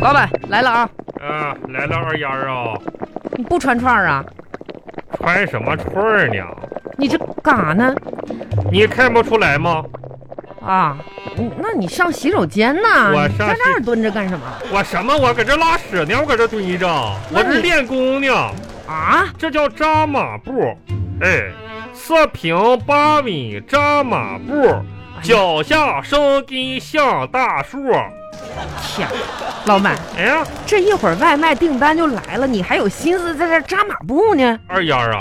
老板来了啊！啊，来了二丫儿啊，你不穿串儿啊？穿什么串儿呢？你这干啥呢？你看不出来吗？啊，你那你上洗手间呐？我你上在洗那儿蹲着干什么？我什么？我搁这拉屎呢，我搁这蹲着，那我你这练功呢，啊？这叫扎马步。哎，四平八稳扎马哎步，呀脚下生根像大树。天，老板，哎呀，这一会儿外卖订单就来了，你还有心思在这儿扎马步呢？二丫儿啊，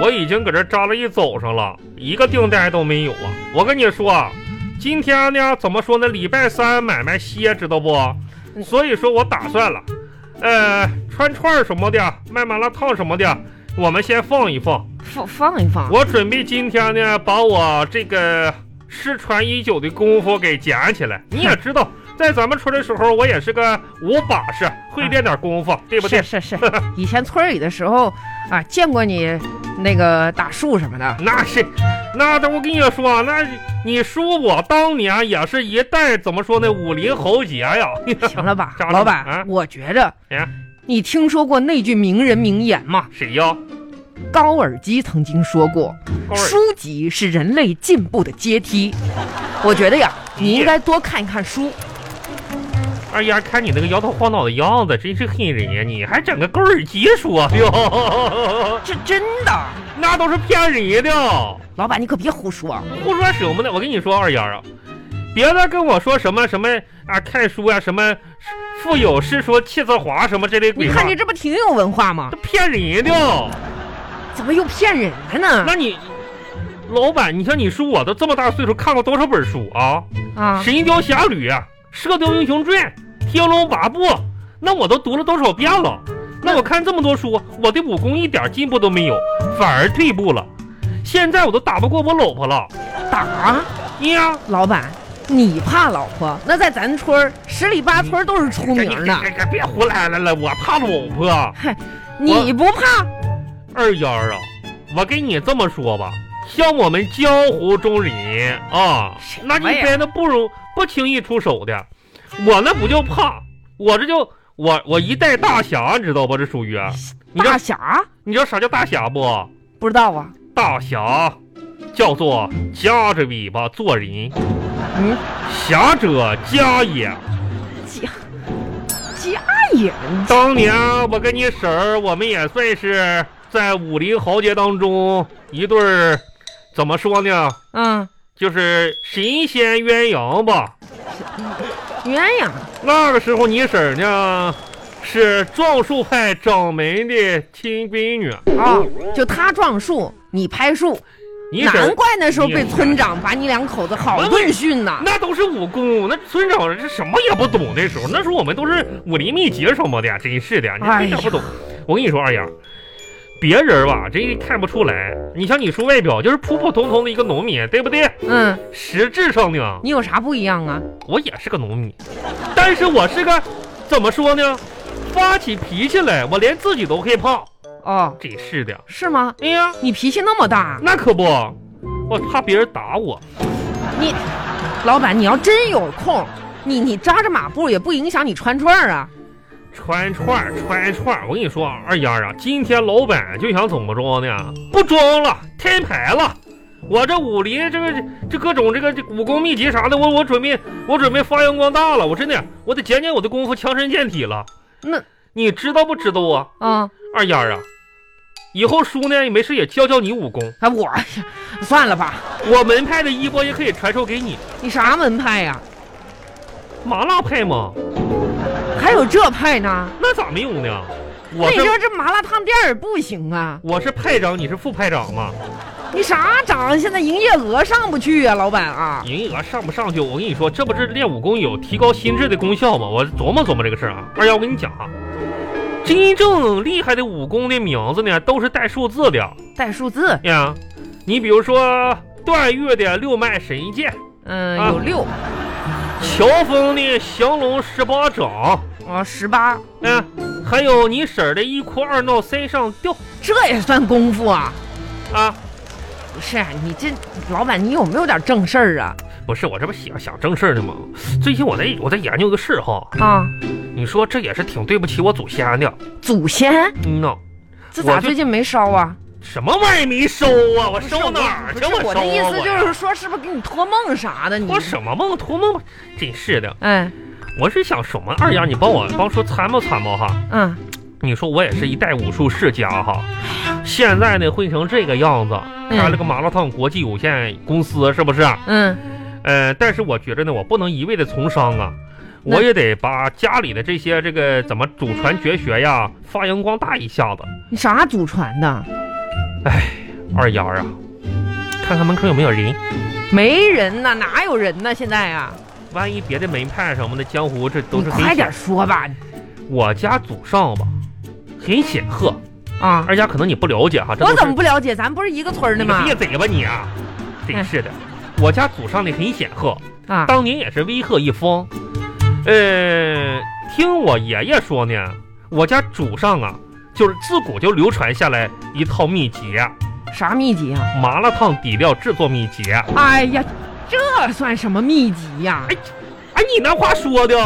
我已经搁这扎了一早上了，一个订单都没有啊！我跟你说啊，今天呢，怎么说呢？礼拜三买卖歇，知道不？嗯所以说我打算了，呃，串串儿什么的，卖麻辣烫什么的，我们先放一放。放放一放，我准备今天呢，把我这个失传已久的功夫给捡起来。你也知道，在咱们村的时候，我也是个武把式，会练点功夫，对不对？是是是，以前村里的时候啊，见过你那个打树什么 的。那是，那都我跟你说，那你叔我当年也是一代怎么说呢，武林豪杰呀。行 了吧，扎了老板，啊我觉着呀，你听说过那句名人名言吗？谁呀？高尔基曾经说过，高尔书籍是人类进步的阶梯。我觉得呀，你应该多看一看书。二丫，哎看你那个摇头晃脑的样子，真是黑人呀！你还整个高尔基说的，这真的， 那都是骗人的，老板你可别胡说。啊胡说什么呢？我跟你说，二丫啊，别再跟我说什么什么啊，看书啊，什么腹有诗书气自华什么这类你鬼话看，你这不挺有文化吗这？骗人的。怎么又骗人了呢？那你，老板，你像你叔我都这么大岁数，看过多少本书啊？啊，神雕侠侣》《射雕英雄传》《天龙八部》，那我都读了多少遍了？那我看这么多书，我的武功一点进步都没有，反而退步了。现在我都打不过我老婆了。哎打呀，老板，你怕老婆？那在咱村儿十里八村儿都是出名的，别哎别胡来了了，我怕老婆。我你不怕？二丫儿啊，我跟你这么说吧，像我们江湖中人啊什，么那呀一般的不容不轻易出手的，我那不叫怕，我这就我我一代大侠，你知道吧？这属于，啊你知道大侠你知道啥叫大侠不？不知道啊？大侠叫做夹着尾巴做人，嗯，侠者家也。家家也当年我跟你婶儿，我们也算是在武林豪杰当中一对儿，怎么说呢？嗯，就是神仙鸳鸯吧。鸳鸯那个时候你婶儿呢，是撞树派掌门的亲闺女。啊，就他撞树，你拍树，你婶难儿怪那时候被村长把你两口子好顿训呐。那都是武功，那村长是什么也不懂。那时候，那时候我们都是武林秘籍什么的，真是的，你哎一呀点不懂。我跟你说，二丫，别人吧，真看不出来。你像你叔外表就是普普通通的一个农民，对不对？嗯，实质上呢，你有啥不一样啊？我也是个农民，但是我是个怎么说呢？发起脾气来，我连自己都害怕。哦，真是的，是吗？哎呀，你脾气那么大，啊那可不，我怕别人打我。你老板，你要真有空，你你扎着马步也不影响你穿串儿啊。穿串儿穿串儿，我跟你说啊，二丫啊，今天老板就想怎么着呢？不装了，摊牌了。我这武林这个这这各种这个这武功秘籍啥的，我我准备我准备发扬光大了。我真的，我得捡捡我的功夫，强身健体了。那你知道不知道啊，啊、二丫啊？以后叔呢没事也教教你武功，哎我 算了吧，我门派的衣钵也可以传授给你。你啥门派啊呀、麻辣派嘛，还有这派呢？那咋没有呢？我那你是说这麻辣烫店儿不行啊？我是派长，你是副派长嘛？你啥涨？现在营业额上不去啊，老板啊！营业额上不上去，我跟你说，这不是练武功有提高心智的功效吗？我琢磨琢磨这个事儿啊。二丫，我跟你讲啊，真正厉害的武功的名字呢，都是带数字的带数字，呀。你比如说段誉的六脉神剑，嗯、啊有六乔峰的降龙十八掌，啊，十八，嗯、还有你婶儿的一哭二闹三上吊这也算功夫啊？啊。不是，你这老板，你有没有点正事儿啊？不是，我这不想想正事儿呢吗？最近我在我在研究个事儿哈，啊，你说这也是挺对不起我祖先的。祖先嗯呐，这我咋就最近没烧啊？什么玩意儿没收啊？我收哪儿不去？是我我收的意啊思我就呀是说，是不是给你托梦啥的？你我什么梦托梦？真是的，哎我是想什么二丫，你帮我帮说参谋参谋哈。嗯，你说我也是一代武术世家哈，现在呢混成这个样子，开了个麻辣烫国际有限公司是不啊是？嗯，呃，但是我觉着呢，我不能一味的从商啊，那我也得把家里的这些这个怎么祖传绝学呀发扬光大一下子。你啥祖传的？二丫啊，看看门口有没有人，没人呐，哪有人呐？现在啊，万一别的门派什么的江湖这都你是快很点显，说吧我家祖上吧很显赫。啊！二丫可能你不了解哈，这都我是怎么不了解？咱不是一个村儿的你吗别？嘴吧你啊，哎真是的，我家祖上的很显赫。啊，当年也是威吓一方。呃，听我爷爷说呢，我家祖上啊，就是自古就流传下来一套秘籍，啥秘籍啊？麻辣烫底料制作秘籍。哎呀，这算什么秘籍呀、哎，你那话说的，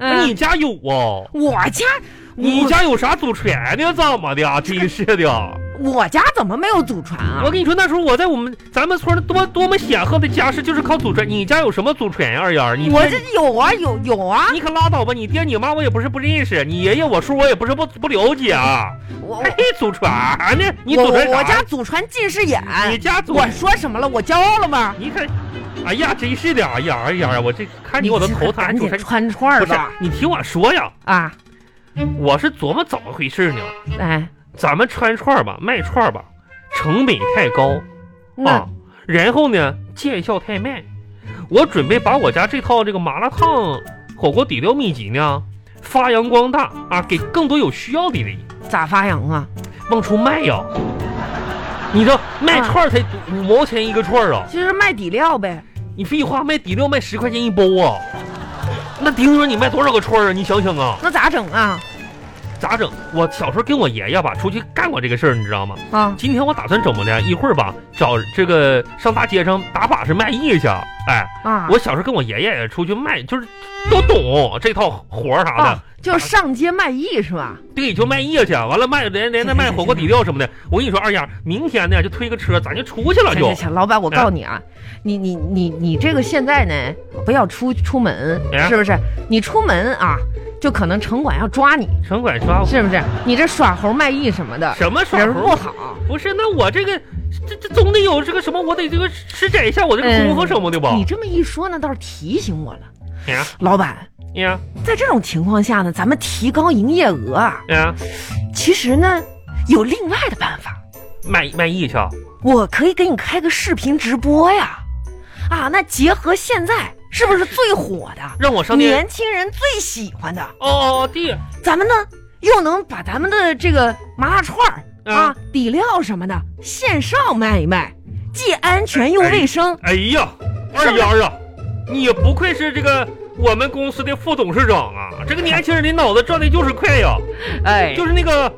嗯你家有啊？我家，你我家有啥祖传的？怎么的？啊真是的！我家怎么没有祖传啊我？跟你说，那时候我在我们咱们村儿多多么显赫的家世，就是靠祖传。你家有什么祖传呀，二丫？你我爹这有啊，有有啊，你可拉倒吧！你爹你妈我也不是不认识，你爷爷我叔我也不是不不了解啊。我我嘿，祖传呢？你我祖传啥呀？我家祖传近视眼。你家祖我说什么了？我骄傲了吗？你看，哎呀，真是的，哎呀，哎呀，我这看你我都头赶疼。祖紧传穿串不儿是吧！你听我说呀，啊，我是琢磨怎么回事呢？哎，咱们穿串儿吧，卖串儿吧，成本太高那啊，然后呢，见效太慢。我准备把我家这套这个麻辣烫火锅底料秘籍呢，发扬光大啊，给更多有需要的人。咋发扬啊？往出卖呀、你这卖啊串儿才五毛钱一个串儿啊！就是卖底料呗。你废话，卖底料卖十块钱一包啊！那丁说你卖多少个串儿啊？你想想啊，那咋整啊？咋整？我小时候跟我爷爷吧出去干过这个事儿，你知道吗？啊，今天我打算怎么呢？一会儿吧，找这个上大街上打把式卖艺去。哎，啊，我小时候跟我爷爷也出去卖，就是都懂这套活儿啥的。啊，就是上街卖艺是吧？对，就卖艺去，完了卖连连那卖火锅底料什么的。我跟你说，二丫，明天呢就推个车，咱就出去了就行行。行，老板，哎我告诉你啊，你你你你这个现在呢，不要出出门，哎是不是？你出门啊，就可能城管要抓你，城管抓我是不是？你这耍猴卖艺什么的，什么耍人不猴？好。不是，那我这个这这总得有这个什么，我得这个施展一下我这个功夫什么的吧嗯你？这么一说呢，倒是提醒我了，呀老板。呀在这种情况下呢，咱们提高营业额啊，呀！其实呢，有另外的办法。卖卖艺去啊？我可以给你开个视频直播呀，啊，那结合现在是不是最火的，让我上店？年轻人最喜欢的，哦哦对，咱们呢又能把咱们的这个麻辣串儿啊、啊底料什么的线上卖一卖，既安全又卫生。哎呀，二丫啊，你不愧是这个我们公司的副董事长啊！这个年轻人的脑子转的就是快呀，哎就是那个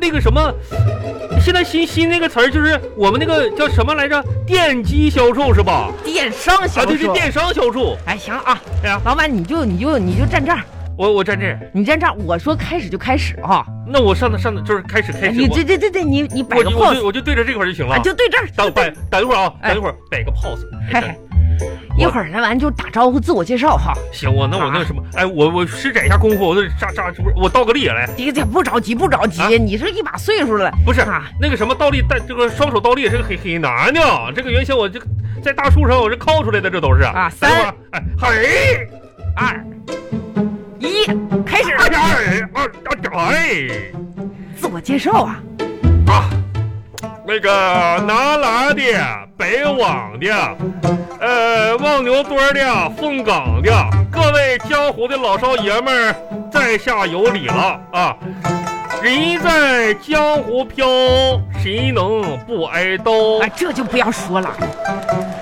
那个什么。现在新新那个词儿就是我们那个叫什么来着？电机销售是吧？电商啊，销对，是售。电商销售。哎，行了啊，哎呀，老板你就你就你就站这儿，我我站这儿，你站这儿，我说开始就开始啊。那我上的上的就是开始哎开始。你我这这这这你你摆我个就我 pose 就我就对着这块儿就行了。啊，就对这儿，等摆等一会儿啊，哎等一会儿摆个 pose。嘿，一会儿来完就打招呼自我介绍哈。行，我那我那什么，哎，我我施展一下功夫，我这扎扎，不是我倒个立来，这这不着急不着急，啊你是一把岁数了，不是啊那个什么倒立，但这个双手倒立这个很很难的。这个原先我这个在大树上我是靠出来的，这都是啊等一会儿哎，嘿，二一开始二加二二二哎自我介绍啊。啊，那个南来的、北往的，呃，望牛墩儿的、凤岗的，各位江湖的老少爷们儿，在下有礼了啊！人在江湖飘，谁能不挨刀？哎，这就不要说了，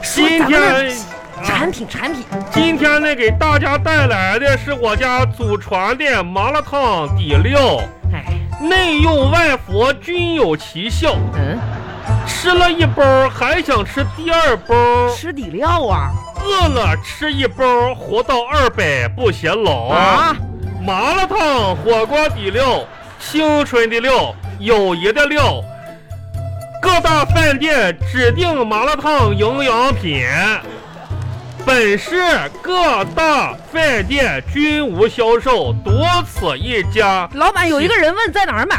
说今咱们天的。啊产品产品，今天呢，给大家带来的是我家祖传的麻辣烫底料，哎，内用外服均有奇效。嗯，吃了一包，还想吃第二包。吃底料啊饿了吃一包，活到二百不显老。啊，麻辣烫、火锅底料、青春的料、友谊的料，各大饭店指定麻辣烫营养品。本市各大饭店均无销售，独此一家。老板，有一个人问在哪儿买，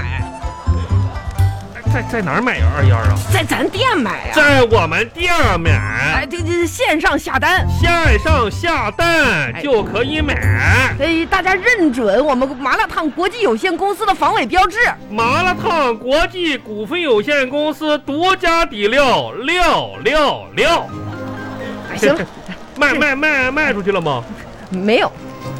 哎在在哪儿买呀？二丫啊，在咱店买呀、在我们店儿买哎，，这这线上下单，线上下单就可以买。哎，大家认准我们麻辣烫国际有限公司的防伪标志。麻辣烫国际股份有限公司独家底料，料料料。哎，行这了，，这 卖卖卖卖出去了吗？没有。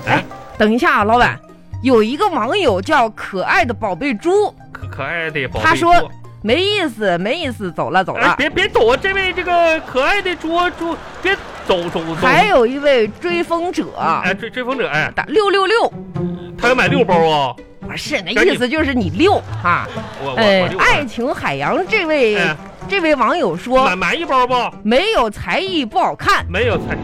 哎哎，等一下啊，老板，有一个网友叫可爱的宝贝猪，可可爱的宝贝猪。他说没意思，没意思，走了，走哎了，。别别走啊！这位这个可爱的猪猪，别走走走。还有一位追风者，哎，追追风者，哎，打六六六，他要买六包啊！不是那赶紧意思就是你六啊。我我哎我，六包。爱情海洋这位、哎这位网友买说，买一包吧。没有才艺不好看，没有才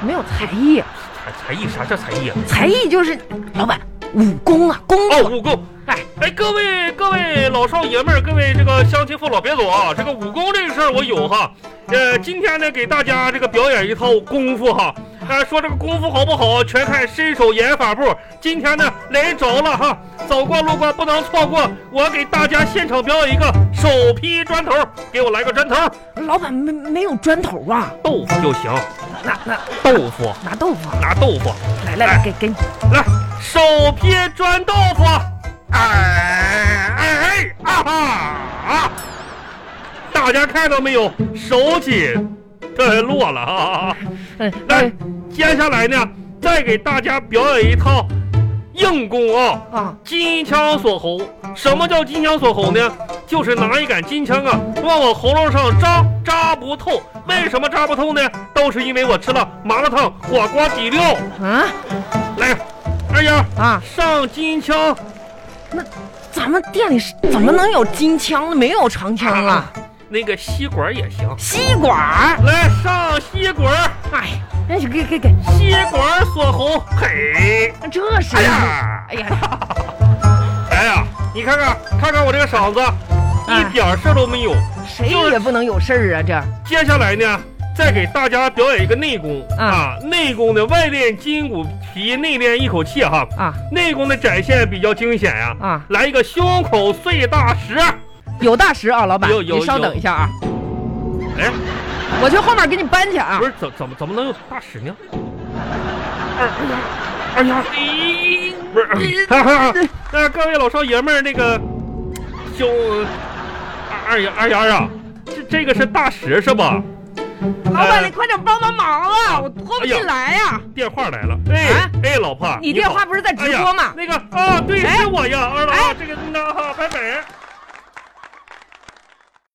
没有才艺，啊才才艺啥叫才艺啊？才艺就是老板武功啊，功哦，夫。武功。哎哎，各位各位老少爷们儿，各位这个乡亲父老，别走啊！这个武功这个事儿我有哈。呃，今天呢给大家这个表演一套功夫哈。啊，说这个功夫好不好，全看身手眼法步。今天呢来着了哈，走过路过不能错过。我给大家现场表演一个手劈砖头，给我来个砖头，老板没没有砖头啊？豆腐就行，拿拿豆腐拿豆腐啊，拿豆腐。来来来，给给你。来，手劈砖豆腐，哎哎哎啊哈！大家看到没有？手起，它落了啊！嗯，来哎，接下来呢，再给大家表演一套硬功啊。啊，金枪锁喉。什么叫金枪锁喉呢？就是拿一杆金枪啊，往我喉咙上扎，扎不透。为什么扎不透呢？都是因为我吃了麻辣烫、火锅底料。啊来，二丫。啊！上金枪，咱们店里是怎么能有金枪呢？没有长枪啊，那个吸管也行。吸管儿。来上吸管，哎，那就给给给，吸管锁喉。嘿，这是哎。呀，哎呀，哎呀，你看看，看看我这个嗓子，哎一点事儿都没有。谁也不能有事儿啊！这接下来呢，再给大家表演一个内功嗯啊，内功的外练筋骨皮，内练一口气哈。啊内功的展现比较惊险呀、啊，来一个胸口碎大石。有大石啊，老板，有有你稍有等一下啊，哎，我去后面给你搬去啊不。是，怎怎么怎么能有大石呢？二二丫，二丫，不是，哈哈，那各位老少爷们儿，那个兄二二丫二丫啊，这这个是大石是吧？老板，呃你快点帮帮忙啊，我拖哎不进来呀、电话来了，哎、啊哎，老婆，你电话不是在直播吗？哎呀那个啊，对，哎是我呀，二老，哎这个那好，拜拜。